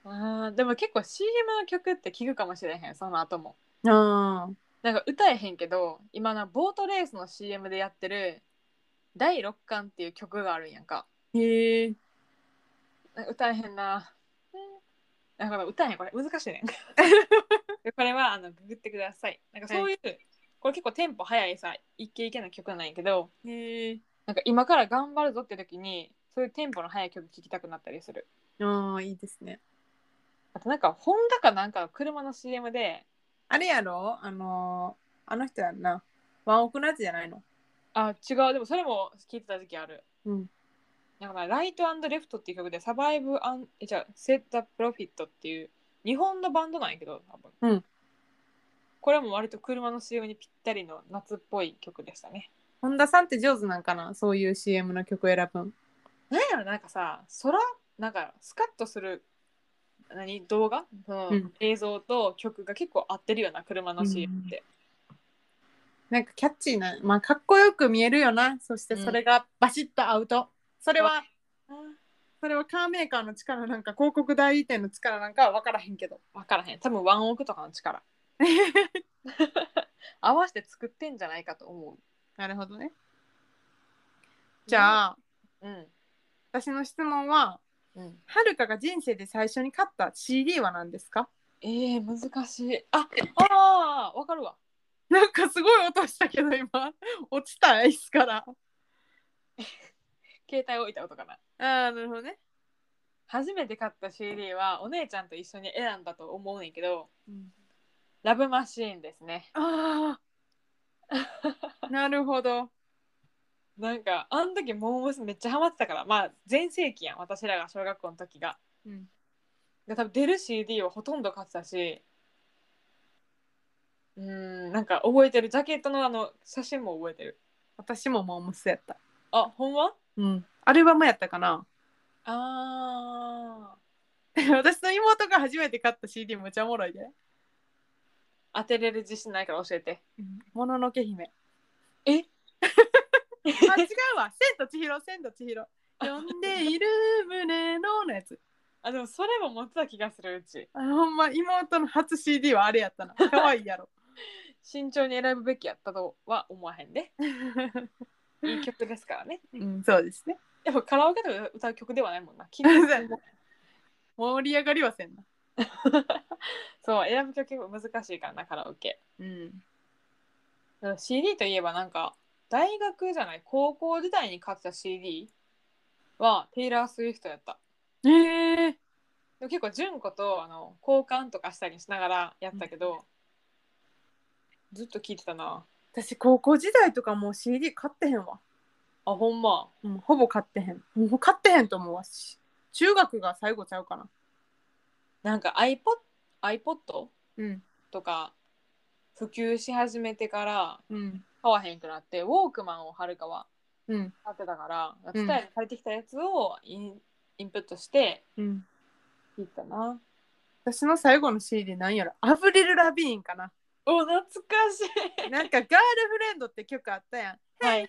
Speaker 1: あーでも結構 CM の曲って聞くかもしれへんその後も。
Speaker 2: あー
Speaker 1: なんか歌えへんけど今なボートレースの CM でやってる「第六巻」っていう曲があるんやんか。
Speaker 2: へえ
Speaker 1: なんか歌えへんな。なんか歌えへんこれ難し いねん。これはあのググってください。なんかそういう、これ結構テンポ速いさイケイケな曲なんやけど
Speaker 2: へえ
Speaker 1: なんか今から頑張るぞって時にそういうテンポの速い曲聴きたくなったりする。
Speaker 2: ああいいですね
Speaker 1: あとなんかホンダかなんかの車の CM で
Speaker 2: あれやろあのーあの人やんなワンオクのやつじゃないの
Speaker 1: あ違うでもそれも聞いてた時期ある。
Speaker 2: うん
Speaker 1: なんかなライトレフトっていう曲でサバイブアンえじゃあセッタプロフィットっていう日本のバンドなんやけど多分、
Speaker 2: うん
Speaker 1: これも割と車の CM にぴったりの夏っぽい曲でしたね
Speaker 2: 本田さんって上手なんかなそういう CM の曲選ぶん
Speaker 1: なんやろなんかさ空なんかスカッとする何動画その
Speaker 2: うん
Speaker 1: 映像と曲が結構合ってるような車の CM って、
Speaker 2: なんかキャッチーな、まあ、かっこよく見えるよなそしてそれがバシッと合うと、それはそれはカーメーカーの力なんか広告代理店の力なんかは分からへんけど
Speaker 1: 分からへん多分ワンオクとかの 力合わせて作ってんじゃないかと思う
Speaker 2: なるほどねじゃあ、
Speaker 1: うん
Speaker 2: 私の質問は
Speaker 1: うん
Speaker 2: はるかが人生で最初に買った CD は何ですか
Speaker 1: えー、難しい。あ、あー、わかるわ。
Speaker 2: なんかすごい音したけど今落ちた椅子からあ
Speaker 1: 携帯置いた音かな。
Speaker 2: あなるほどね、
Speaker 1: 初めて買った CD はお姉ちゃんと一緒に選んだと思うねんけど、ラブマシーンですね。
Speaker 2: ああ なるほど
Speaker 1: なんか、あの時、モー娘めっちゃハマってたから、まあ、全盛期やん、私らが小学校の時が。
Speaker 2: うん
Speaker 1: で多分出る CD をほとんど買ってたし、うーん、なんか覚えてる、ジャケットのあの写真も覚えてる。
Speaker 2: 私ももう無やった
Speaker 1: あ、ほんま
Speaker 2: うんアルバムやったかな
Speaker 1: あ
Speaker 2: 私の妹が初めて買った CD むちゃおもろいで
Speaker 1: ー、当てれる自信ないから教えて。
Speaker 2: 「もののけ 姫」
Speaker 1: え
Speaker 2: あ違うわ「千と千尋千と千尋」呼んでいる胸ののやつ
Speaker 1: あ、でもそれも持ってた気がする、うち。
Speaker 2: あほんま妹の初 CD はあれやったな可愛いやろ
Speaker 1: 慎重に選ぶべきやったとは思わへん でいい曲ですからね
Speaker 2: うんそうですね
Speaker 1: でもカラオケで歌う曲ではないもんな聞
Speaker 2: そう
Speaker 1: い
Speaker 2: や
Speaker 1: て
Speaker 2: な
Speaker 1: も
Speaker 2: 盛り上がりはせんな
Speaker 1: そう選ぶ曲結構難しいからなカラオケ
Speaker 2: うん
Speaker 1: だから CD といえばなんか大学じゃない高校時代に買ってた CD はテイラー・スウィフトやった
Speaker 2: えー、
Speaker 1: でも結構純子とあの交換とかしたりしながらやったけど、ずっと聴いてたな
Speaker 2: 私高校時代とかもう CD 買ってへんわ、
Speaker 1: あほんま
Speaker 2: うん、ほぼ買ってへんもう買ってへんと思うわし中学が最後ちゃうかな
Speaker 1: なんか iPod, iPod
Speaker 2: うん
Speaker 1: とか普及し始めてから
Speaker 2: うん
Speaker 1: 買わへんくなってウォークマンをはるかは
Speaker 2: うん
Speaker 1: 買ってたから
Speaker 2: うん
Speaker 1: 伝え借りてきたやつをイン,、インプットして
Speaker 2: うん
Speaker 1: 聞いたな
Speaker 2: 私の最後の CD なんやろアブリル・ラビーンかな
Speaker 1: お懐かし い
Speaker 2: なんかガールフレンドって曲あったやん
Speaker 1: はい
Speaker 2: 「Hey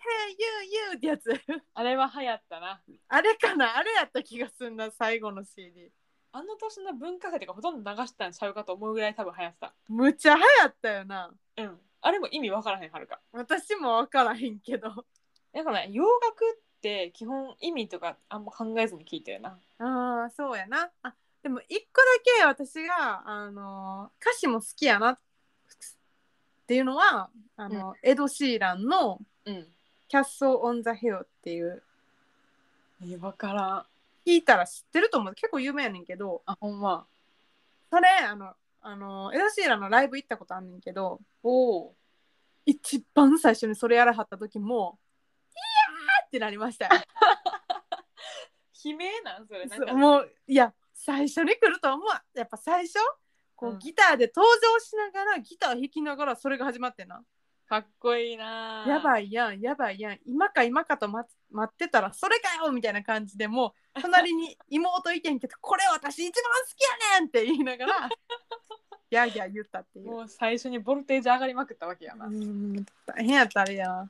Speaker 2: You You」ってやつ
Speaker 1: あれは流行ったな
Speaker 2: あれかなあれやった気がすんな最後の CD
Speaker 1: あの年の文化祭とかほとんど流してたんちゃうかと思うぐらい多分流行ってた
Speaker 2: むちゃ流行ったよな
Speaker 1: うんあれも意味わからへんはるか
Speaker 2: 私も分からへんけど
Speaker 1: だから洋楽って基本意味とかあんま考えずに聞いてるな
Speaker 2: ああそうやなあでも一個だけ私が、あのー歌詞も好きやなっっていうのはあの、エド・シーランの
Speaker 1: うん。
Speaker 2: 「キャッスル・オン・ザ・ヘル」っていう
Speaker 1: え、わからん。
Speaker 2: 聞いたら知ってると思う結構有名やねんけど
Speaker 1: あ、ほんま。
Speaker 2: それあのあのエド・シーランのライブ行ったことあんねんけど
Speaker 1: おお。
Speaker 2: 一番最初にそれやらはった時も「いやー!」ってなりましたよ。
Speaker 1: 悲鳴なんそれ。なん
Speaker 2: そう
Speaker 1: か。
Speaker 2: もういや最初に来ると思うやっぱ最初こう、
Speaker 1: うん
Speaker 2: ギターで登場しながらギター弾きながらそれが始まってんな
Speaker 1: かっこいいな。
Speaker 2: やば
Speaker 1: い。
Speaker 2: いやんやばいやん今か今かと待つ待ってたらそれかよみたいな感じでも う隣に妹いてんけどこれ私一番好きやねんって言いなが らやいや言ったっていう
Speaker 1: もう最初にボルテージ上がりまくったわけやな。
Speaker 2: うん大変やったあれやな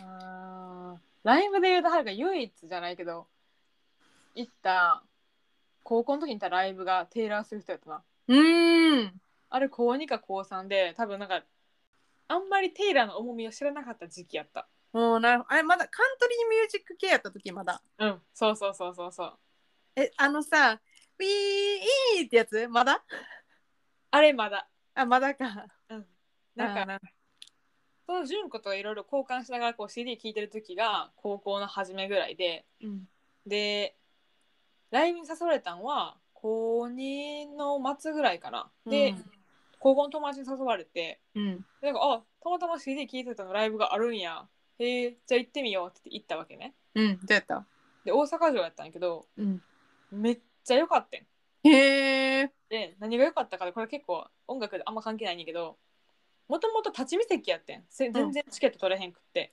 Speaker 1: あーライブで言うとはるか唯一じゃないけど行った高校の時に行ったライブがテイラー・スウィフトやったな
Speaker 2: うーん
Speaker 1: あれ高2か高3で多分なんかあんまりテイラーの重みを知らなかった時期やった
Speaker 2: もうなるあれまだカントリーミュージック系やった時まだ
Speaker 1: うんそうそうそうそうそう
Speaker 2: えあのさ「ウィーイーってやつまだ
Speaker 1: あれまだ
Speaker 2: あまだか。
Speaker 1: うんな
Speaker 2: なんん
Speaker 1: か
Speaker 2: か
Speaker 1: その純子といろいろ交換しながらこう CD 聴いてる時が高校の初めぐらいで
Speaker 2: うん、
Speaker 1: でライブに誘われたんは高2の末ぐらいかなで、高校の友達に誘われて
Speaker 2: うん、
Speaker 1: なんか、あ、たまたま CD 聴いてたのライブがあるんや。へえ、じゃあ行ってみようって言って行ったわけね。
Speaker 2: うん、どうやった、
Speaker 1: で、大阪城やったんやけど、
Speaker 2: うん、
Speaker 1: めっちゃ良かったん。
Speaker 2: へえ、
Speaker 1: で、何が良かったかで、これ結構音楽であんま関係ないんやけど、もともと立ち見席やってん。せ全然チケット取れへんくって。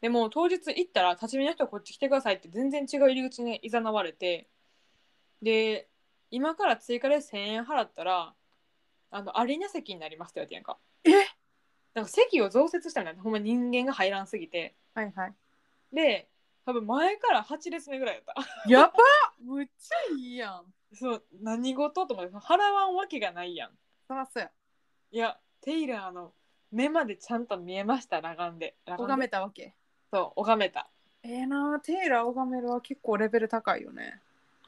Speaker 1: でもう当日行ったら、立ち見の人こっち来てくださいって全然違う入り口に誘われて、で、今から追加で1000円払ったら、あの、アリーナ席になりますって言われてんやんか。
Speaker 2: え
Speaker 1: なんか席を増設したんだよねほんま人間が入らんすぎて
Speaker 2: はいはい。
Speaker 1: で多分前から8列目ぐらいだった
Speaker 2: やばむっちゃいいやん。
Speaker 1: そう何事と思って払わんわけがないやん
Speaker 2: そらそうや。
Speaker 1: いやテイラーの目までちゃんと見えました裸眼で裸眼で
Speaker 2: 拝めたわけ。
Speaker 1: そう拝めた
Speaker 2: ええな、テイラー拝めるは結構レベル高いよね。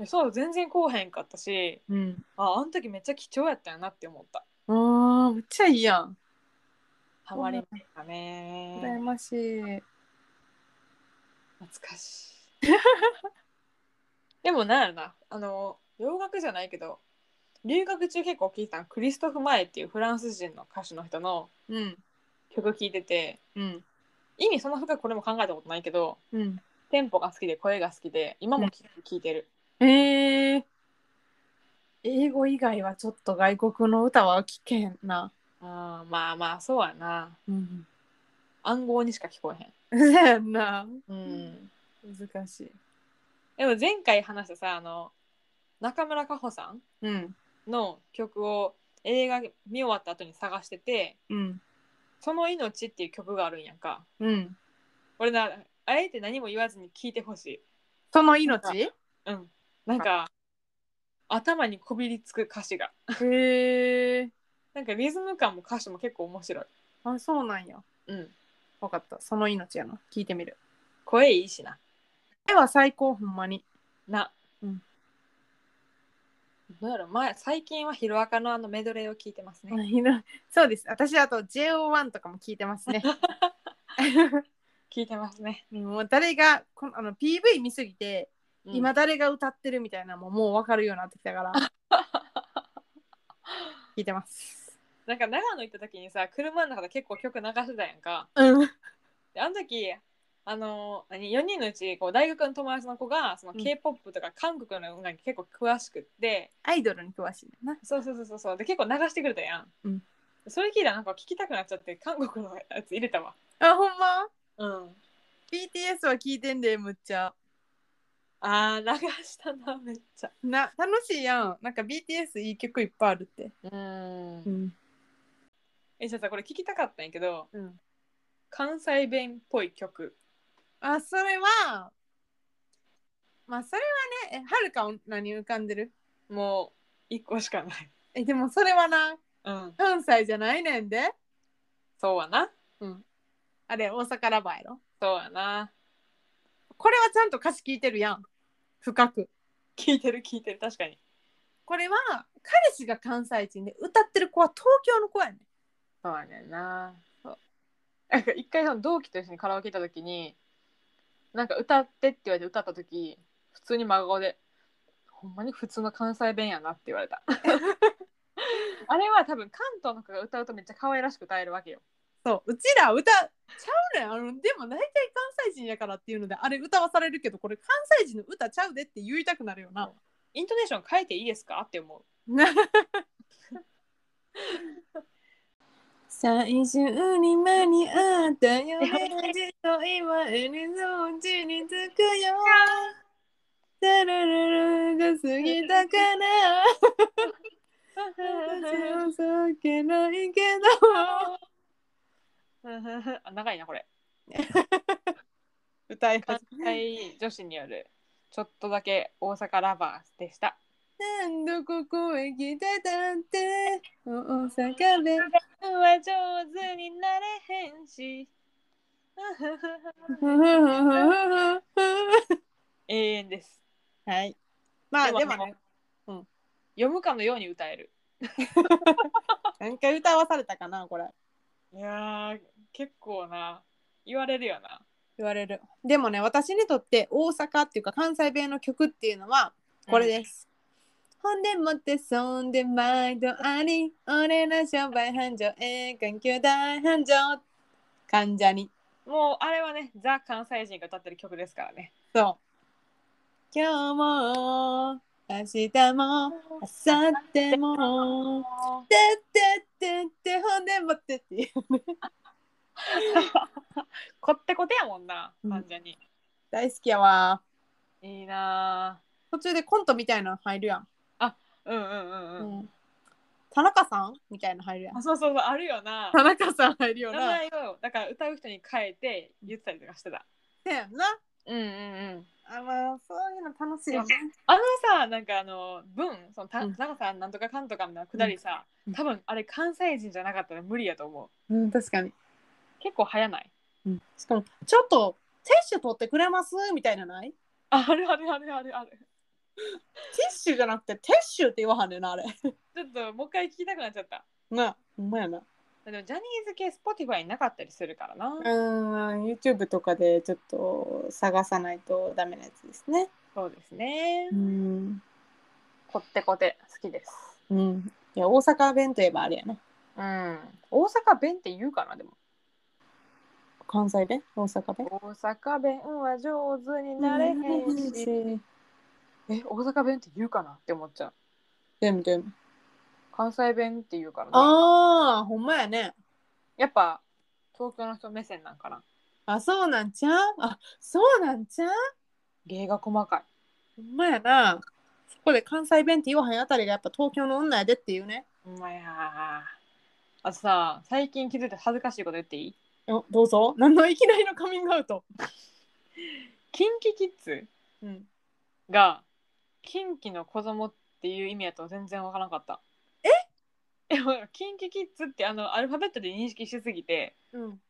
Speaker 1: そう全然こうへんかったし
Speaker 2: うん。
Speaker 1: ああの時めっちゃ貴重やったよなって思った
Speaker 2: ああ、むっちゃいいやん。
Speaker 1: ハマりましたね
Speaker 2: 羨ましい。
Speaker 1: 懐かしい でもなんやろなあの洋楽じゃないけど留学中結構聴いてたのクリストフ・マエっていうフランス人の歌手の人の
Speaker 2: うん、
Speaker 1: 曲聴いてて
Speaker 2: うん、
Speaker 1: 意味そんな深くこれも考えたことないけど
Speaker 2: うん。
Speaker 1: テンポが好きで声が好きで今も聴いてる、
Speaker 2: ええ英語以外はちょっと外国の歌は聞けへんな。
Speaker 1: あーまあまあそうやな
Speaker 2: うん。
Speaker 1: 暗号にしか聞こえ
Speaker 2: そうやんな。
Speaker 1: へん、うん
Speaker 2: 難しい。
Speaker 1: でも前回話したさあの中村佳穂さん
Speaker 2: うん、
Speaker 1: の曲を映画見終わった後に探してて
Speaker 2: うん、
Speaker 1: 「その命」っていう曲があるんやんか
Speaker 2: うん。
Speaker 1: 俺なあえて何も言わずに聞いてほしい
Speaker 2: その
Speaker 1: 命うんなんか頭にこびりつく歌詞が
Speaker 2: へえ。
Speaker 1: なんかリズム感も歌詞も結構面白い
Speaker 2: あ、そうなんや。
Speaker 1: うん
Speaker 2: わかった。その命やな。聞いてみる。
Speaker 1: 声いいしな
Speaker 2: 絵は最高、ほんまに。
Speaker 1: な
Speaker 2: うん
Speaker 1: どうやろ前最近はヒロアカのあのメドレーを聞いてますね、
Speaker 2: そうです。私、あと JO1 とかも聞いてます ね。
Speaker 1: 聞いてますね、
Speaker 2: もう誰が、このあの PV 見すぎて、
Speaker 1: うん
Speaker 2: 今誰が歌ってるみたいなのももうわかるようになってきた から。聞いてます。
Speaker 1: なんか長野行った時にさ車の中で結構曲流してたやんか
Speaker 2: うん。
Speaker 1: であの時あの何4人のうちこう大学の友達の子がその
Speaker 2: うん
Speaker 1: k p o p とか韓国の音楽に結構詳しくって、
Speaker 2: アイドルに詳しいねんな。
Speaker 1: そうそうそうそうそうで結構流してくれたやん、
Speaker 2: うん
Speaker 1: それ聞いたらなんか聞きたくなっちゃって韓国のやつ入れたわ
Speaker 2: あ、ほんま
Speaker 1: うん
Speaker 2: ?BTS は聞いてんで、むっちゃ。
Speaker 1: あー流したなめっちゃ
Speaker 2: な、楽しいやん。なんか BTS いい曲いっぱいあるって。
Speaker 1: うん
Speaker 2: ん。
Speaker 1: えじゃあさこれ聞きたかったんやけど
Speaker 2: うん
Speaker 1: 関西弁っぽい曲
Speaker 2: あそれはまあそれはねえはるかは何浮かんでる
Speaker 1: もう1個しかない
Speaker 2: えでもそれはな
Speaker 1: うん
Speaker 2: 関西じゃないねんで
Speaker 1: そうやな
Speaker 2: あれ大阪ラバーやろ
Speaker 1: そうやな
Speaker 2: これはちゃんと歌詞聞いてるやん深く
Speaker 1: 聞いてる聞いてる確かに
Speaker 2: これは彼氏が関西人で歌ってる子は東京の子やねん
Speaker 1: そうやねんなそうなんか一回その同期と一緒にカラオケ行った時になんか歌ってって言われて歌った時普通に真顔で「ほんまに普通の関西弁やな」って言われ たあれは多分関東の子が歌うとめっちゃ可愛らしく歌えるわけよ
Speaker 2: そううちら歌ちゃうねんあのでも大体関西人やからっていうのであれ歌わされるけどこれ関西人の歌ちゃうでって言いたくなるよな。
Speaker 1: イントネーション変えていいですかって思う
Speaker 2: 最終に間に合った
Speaker 1: や
Speaker 2: よ
Speaker 1: ばい
Speaker 2: じと言われるそっちに着く よタラララが過ぎたからを避けないけど
Speaker 1: あ長いなこ れ
Speaker 2: 歌い
Speaker 1: 関西女子によるちょっとだけ大阪ラバーでした
Speaker 2: 何度ここへ来てたって大阪で
Speaker 1: は上手になれへんし 永遠です
Speaker 2: はいまあ
Speaker 1: でも
Speaker 2: でもね
Speaker 1: 読むかのように歌える
Speaker 2: 何回歌わされたかなこれ
Speaker 1: いやー結構な言われるよな
Speaker 2: 言われるでもね私にとって大阪っていうか関西弁の曲っていうのはこれです、ほんでもってそんで毎度あり俺ら商売繁盛ええ環境大繁盛患者に
Speaker 1: もうあれはねザ関西人が歌ってる曲ですからね
Speaker 2: そう今日も明日も明後日もてってってってほんでもってっていう
Speaker 1: こってこてやもんな
Speaker 2: うん
Speaker 1: 患者に、
Speaker 2: 大好きやわ
Speaker 1: いいな
Speaker 2: 途中でコントみたいなの入るやん、
Speaker 1: ーうんうんうんうん、
Speaker 2: うん田中さんみたいなの入るやん
Speaker 1: あそうそうそうあるよな
Speaker 2: 田中さん入るよ
Speaker 1: 名
Speaker 2: な。
Speaker 1: 前をだから歌う人に変えて言ったりとかしてた
Speaker 2: せやんな。
Speaker 1: うんうんうん
Speaker 2: あまあそういうの楽しいよね。
Speaker 1: あのさなんかあの文そのた
Speaker 2: うん
Speaker 1: なんかさなんとかかんとかみたいなくだりさ、
Speaker 2: うん
Speaker 1: 多分あれ関西人じゃなかったら無理やと思う
Speaker 2: うん確かに。
Speaker 1: 結構早ない
Speaker 2: うん、しかもちょっとティッシュ取ってくれますみたいなない？テ
Speaker 1: ああるあるあるあるある
Speaker 2: ィッシュじゃなくてティッシュって言わはんねんなあれ。
Speaker 1: ちょっともう一回聞きたくなっちゃった
Speaker 2: な。ほんまやな。
Speaker 1: でもジャニーズ系 Spotify になかったりするからな、
Speaker 2: うん YouTube とかでちょっと探さないとダメなやつですね。
Speaker 1: そうですね
Speaker 2: うん。
Speaker 1: こってこて好きです
Speaker 2: うん。いや大阪弁といえばあれやな。
Speaker 1: うん大阪弁って言うかなでも
Speaker 2: 関西弁大阪弁
Speaker 1: 大阪弁は上手になれへんしえ大阪弁って言うかなって思っちゃう
Speaker 2: でもでも。
Speaker 1: 関西弁って言うからね
Speaker 2: ああほんまやね。
Speaker 1: やっぱ東京の人目線なんかな
Speaker 2: あそうなんちゃうあそうなんちゃう
Speaker 1: 芸が細かい
Speaker 2: ほんまやな。そこで関西弁って言わへんあたりがやっぱ東京の女やでっていうね。
Speaker 1: ほんまやあとさ最近気づいた恥ずかしいこと言っていい
Speaker 2: おどうぞ。何のいきなりのカミングアウト。
Speaker 1: キンキキッズ
Speaker 2: うん、
Speaker 1: がキンキの子供っていう意味やと全然わからなかったえキンキキッズってあのアルファベットで認識しすぎて
Speaker 2: うん。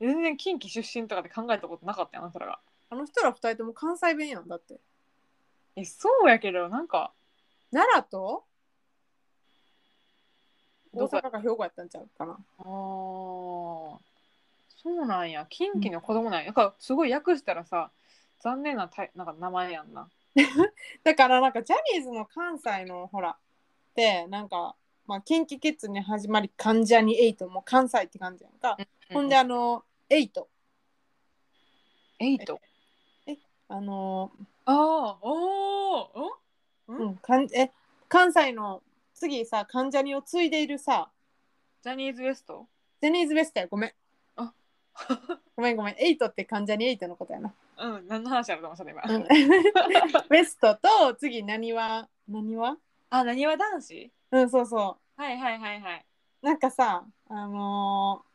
Speaker 1: 全然近畿出身とかって考えたことなかったよなそれが
Speaker 2: あの人ら二人とも関西弁やんだって。
Speaker 1: えそうやけどなんか
Speaker 2: 奈良と大
Speaker 1: どこや
Speaker 2: 阪か兵庫やったんちゃうかな。
Speaker 1: あーそうなんや近畿の子供なんや、なんかすごい訳したらさ残念なたいなんか名前やんな
Speaker 2: だからなんかジャニーズの関西のほらでなんか、まあ、キンキキッズに始まり関ジャニエイトも関西って感じやんか。ほんであのエイト
Speaker 1: エイト
Speaker 2: あの
Speaker 1: ああおお
Speaker 2: うん、かんえ関西の次さ関ジャニを継いでいるさ
Speaker 1: ジャニーズ WEST?
Speaker 2: ジャニーズベストやごめん
Speaker 1: あ
Speaker 2: ごめんごめんエイトって関ジャニエイトのことやな、
Speaker 1: うん何の話やろうと思ってた
Speaker 2: う
Speaker 1: 今
Speaker 2: ん ベストと次なにわなにわ
Speaker 1: あなにわ男子
Speaker 2: うんそうそ
Speaker 1: はいはいはいはいう
Speaker 2: なんかさあのー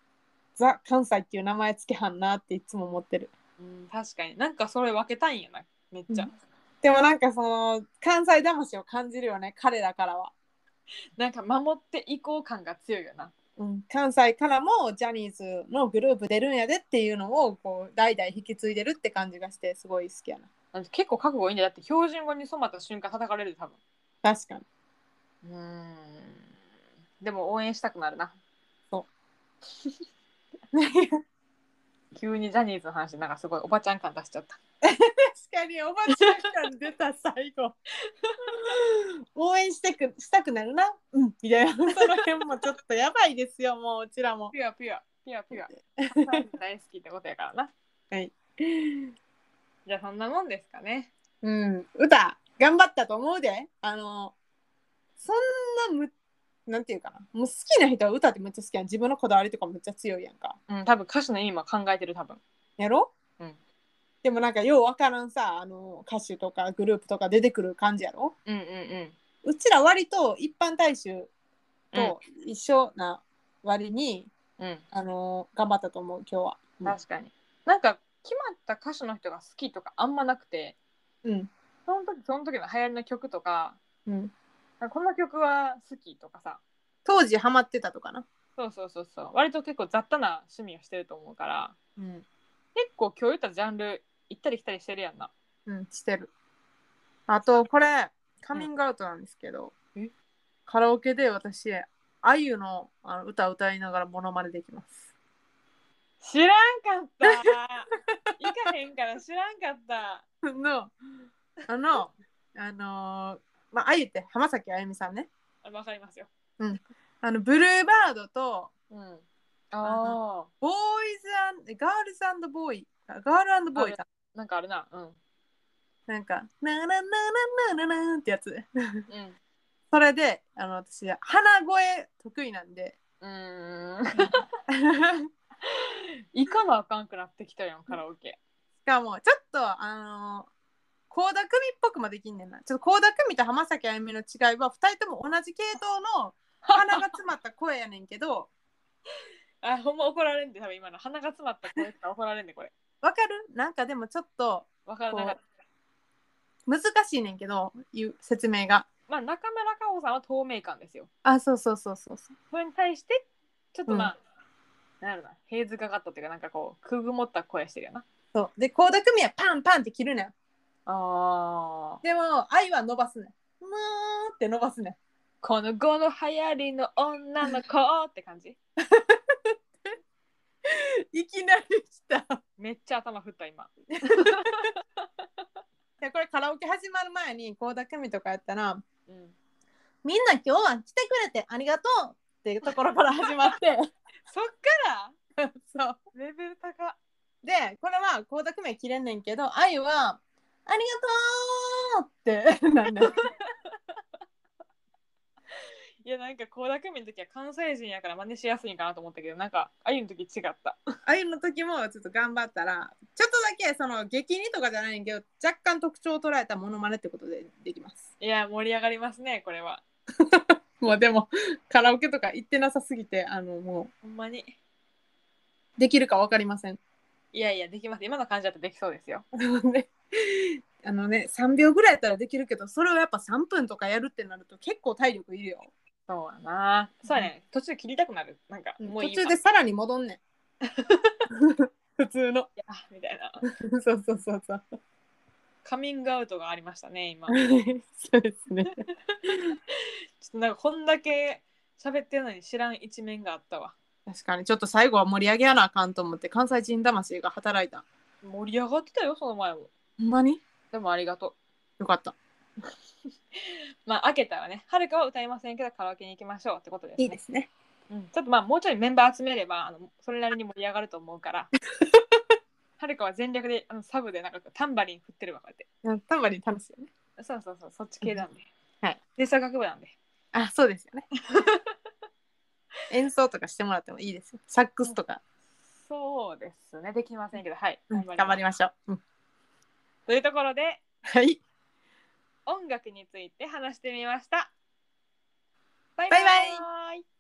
Speaker 2: ザ関西っていう名前つけはんなっていつも思ってる
Speaker 1: うん確かになんかそれ分けたいんやなめっちゃ、
Speaker 2: うんでもなんかその関西魂を感じるよね彼らからは、
Speaker 1: なんか守っていこう感が強いよな
Speaker 2: うん、関西からもジャニーズのグループ出るんやでっていうのをこう代々引き継いでるって感じがしてすごい好きやな
Speaker 1: なんか結構覚悟いいんだよだって標準語に染まった瞬間叩かれるで多分
Speaker 2: 確かに
Speaker 1: うーんでも応援したくなるな
Speaker 2: そう
Speaker 1: 急にジャニーズの話なんかすごいおばちゃん感出しちゃった
Speaker 2: かにおばちゃん感出た最後 応援してくしたくなるなうんみたいなその辺もちょっとやばいですよもううちらも
Speaker 1: ピュアピュアピュアピュア関西大好きってことやからな
Speaker 2: はい
Speaker 1: じゃあそんなもんですかね
Speaker 2: うん歌頑張ったと思うであのそんなむなんていうかなもう好きな人は歌ってめっちゃ好きやん自分のこだわりとかめっちゃ強いやんか
Speaker 1: うん多分歌詞の意味も考えてる多分
Speaker 2: やろ
Speaker 1: うん
Speaker 2: でもなんかようわからんさあの歌手とかグループとか出てくる感じやろ
Speaker 1: うんうんうん
Speaker 2: うちら割と一般大衆と一緒な割に、
Speaker 1: うん
Speaker 2: あのー頑張ったと思う今日は。
Speaker 1: 確かになんか決まった歌手の人が好きとかあんまなくて
Speaker 2: うん
Speaker 1: その時その時の流行りの曲とか
Speaker 2: うん、
Speaker 1: なんかこの曲は好きとかさ
Speaker 2: 当時ハマってたとかな。
Speaker 1: そうそうそうそう割と結構雑多な趣味をしてると思うから
Speaker 2: うん、
Speaker 1: 結構今日言ったジャンル行ったり来たりしてるやんな
Speaker 2: うん、してる。あとこれカミングアウトなんですけど、
Speaker 1: うんえ
Speaker 2: カラオケで私あゆのあの歌を歌いながらモノマネできます。
Speaker 1: 知らんかった 行かへんから知らんかった
Speaker 2: の あのあのーまああゆって浜崎あゆみさんね。
Speaker 1: あわかりますよ
Speaker 2: あのブルーバードと
Speaker 1: うんあ
Speaker 2: あボーイズガールズボーイあガールボーイか
Speaker 1: ーなんかあるなうん
Speaker 2: なんか「ななななななな」ってやつ
Speaker 1: うん
Speaker 2: それであの私鼻声得意なんで
Speaker 1: うーん行かなあかんくなってきたやんカラオケ
Speaker 2: しかもちょっとあの倖田來未っぽくもできんねんなちょっと倖田來未と浜崎あゆみの違いは2人とも同じ系統の鼻が詰まった声やねんけど
Speaker 1: あほんま怒られんで多分今の鼻が詰まった声から怒られんでこれ
Speaker 2: わかるなんかでもちょっと
Speaker 1: わからなかった
Speaker 2: 難しいねんけどいう説明が
Speaker 1: まあ中村佳穂さんは透明感ですよ
Speaker 2: あそうそうそうそうそう
Speaker 1: それに対してちょっとまあ、なんやろなヘイズかかったっていうかなんかこうくぐもった声してるよな
Speaker 2: そうで倖田來未はパンパンって切るねん
Speaker 1: あ
Speaker 2: でも愛は伸ばすねん。むーって伸ばすねん。
Speaker 1: この後の流行りの女の子って感 じ
Speaker 2: いきなりした
Speaker 1: めっちゃ頭振った今
Speaker 2: でこれカラオケ始まる前に倖田來未とかやったら
Speaker 1: うん
Speaker 2: 「みんな今日は来てくれてありがとう」っていうところから始まって
Speaker 1: そっか
Speaker 2: そう
Speaker 1: らレベル高
Speaker 2: でこれは倖田來未切れんねんけど愛は「ありがとう」ってなんだ
Speaker 1: いやなんか倖田來未の時は関西人やから真似しやすいんかなと思ったけどなんかあゆの時違った
Speaker 2: 愛の時もちょっと頑張ったらちょっとだけその激似とかじゃないんけど若干特徴を捉えたモノマネってことでできます
Speaker 1: いや盛り上がりますねこれは
Speaker 2: もうでもカラオケとか行ってなさすぎてあのも
Speaker 1: ほんまに
Speaker 2: うできるか分かりません
Speaker 1: いやいやできます今の感じだとできそうですよ
Speaker 2: あのねあのね3秒ぐらいやったらできるけどそれをやっぱ3分とかやるってなると結構体力いるよ
Speaker 1: そうやなそうやね、途中切りたくなるなんかもういい
Speaker 2: 途中でさらに戻 んねん普通の
Speaker 1: いやみたいな
Speaker 2: そうそうそうそう
Speaker 1: カミングアウトがありましたね今
Speaker 2: そうですね
Speaker 1: ちょっとなんかこんだけ喋ってるのに知らん一面があったわ。
Speaker 2: 確かにちょっと最後は盛り上げやなあかんと思って関西人魂が働いた
Speaker 1: 盛り上がってたよ、その前も。
Speaker 2: ほんまに
Speaker 1: でもありがと
Speaker 2: よかった
Speaker 1: う。まあ、開けたらね、はるかは歌いませんけど、カラオケに行きましょうってことですね。
Speaker 2: すね
Speaker 1: うん、ちょっとまあ、もうちょいメンバー集めれば、あのそれなりに盛り上がると思うから。 はるかは全力であのサブでなんかタンバリン振ってるわ、こうやっ
Speaker 2: たまに楽しいよね
Speaker 1: て。そうそうそう、そっち系なんで。
Speaker 2: はい。
Speaker 1: 吹奏楽部なんで。
Speaker 2: あそうですよ ね演奏とかしてもらってもいいですよサックスとか、
Speaker 1: そうですね、できませんけど、はい。
Speaker 2: うん頑張り
Speaker 1: ます。
Speaker 2: ましょう、うん
Speaker 1: というところで、
Speaker 2: はい
Speaker 1: 音楽について話してみました。バイ
Speaker 2: バイ
Speaker 1: バイ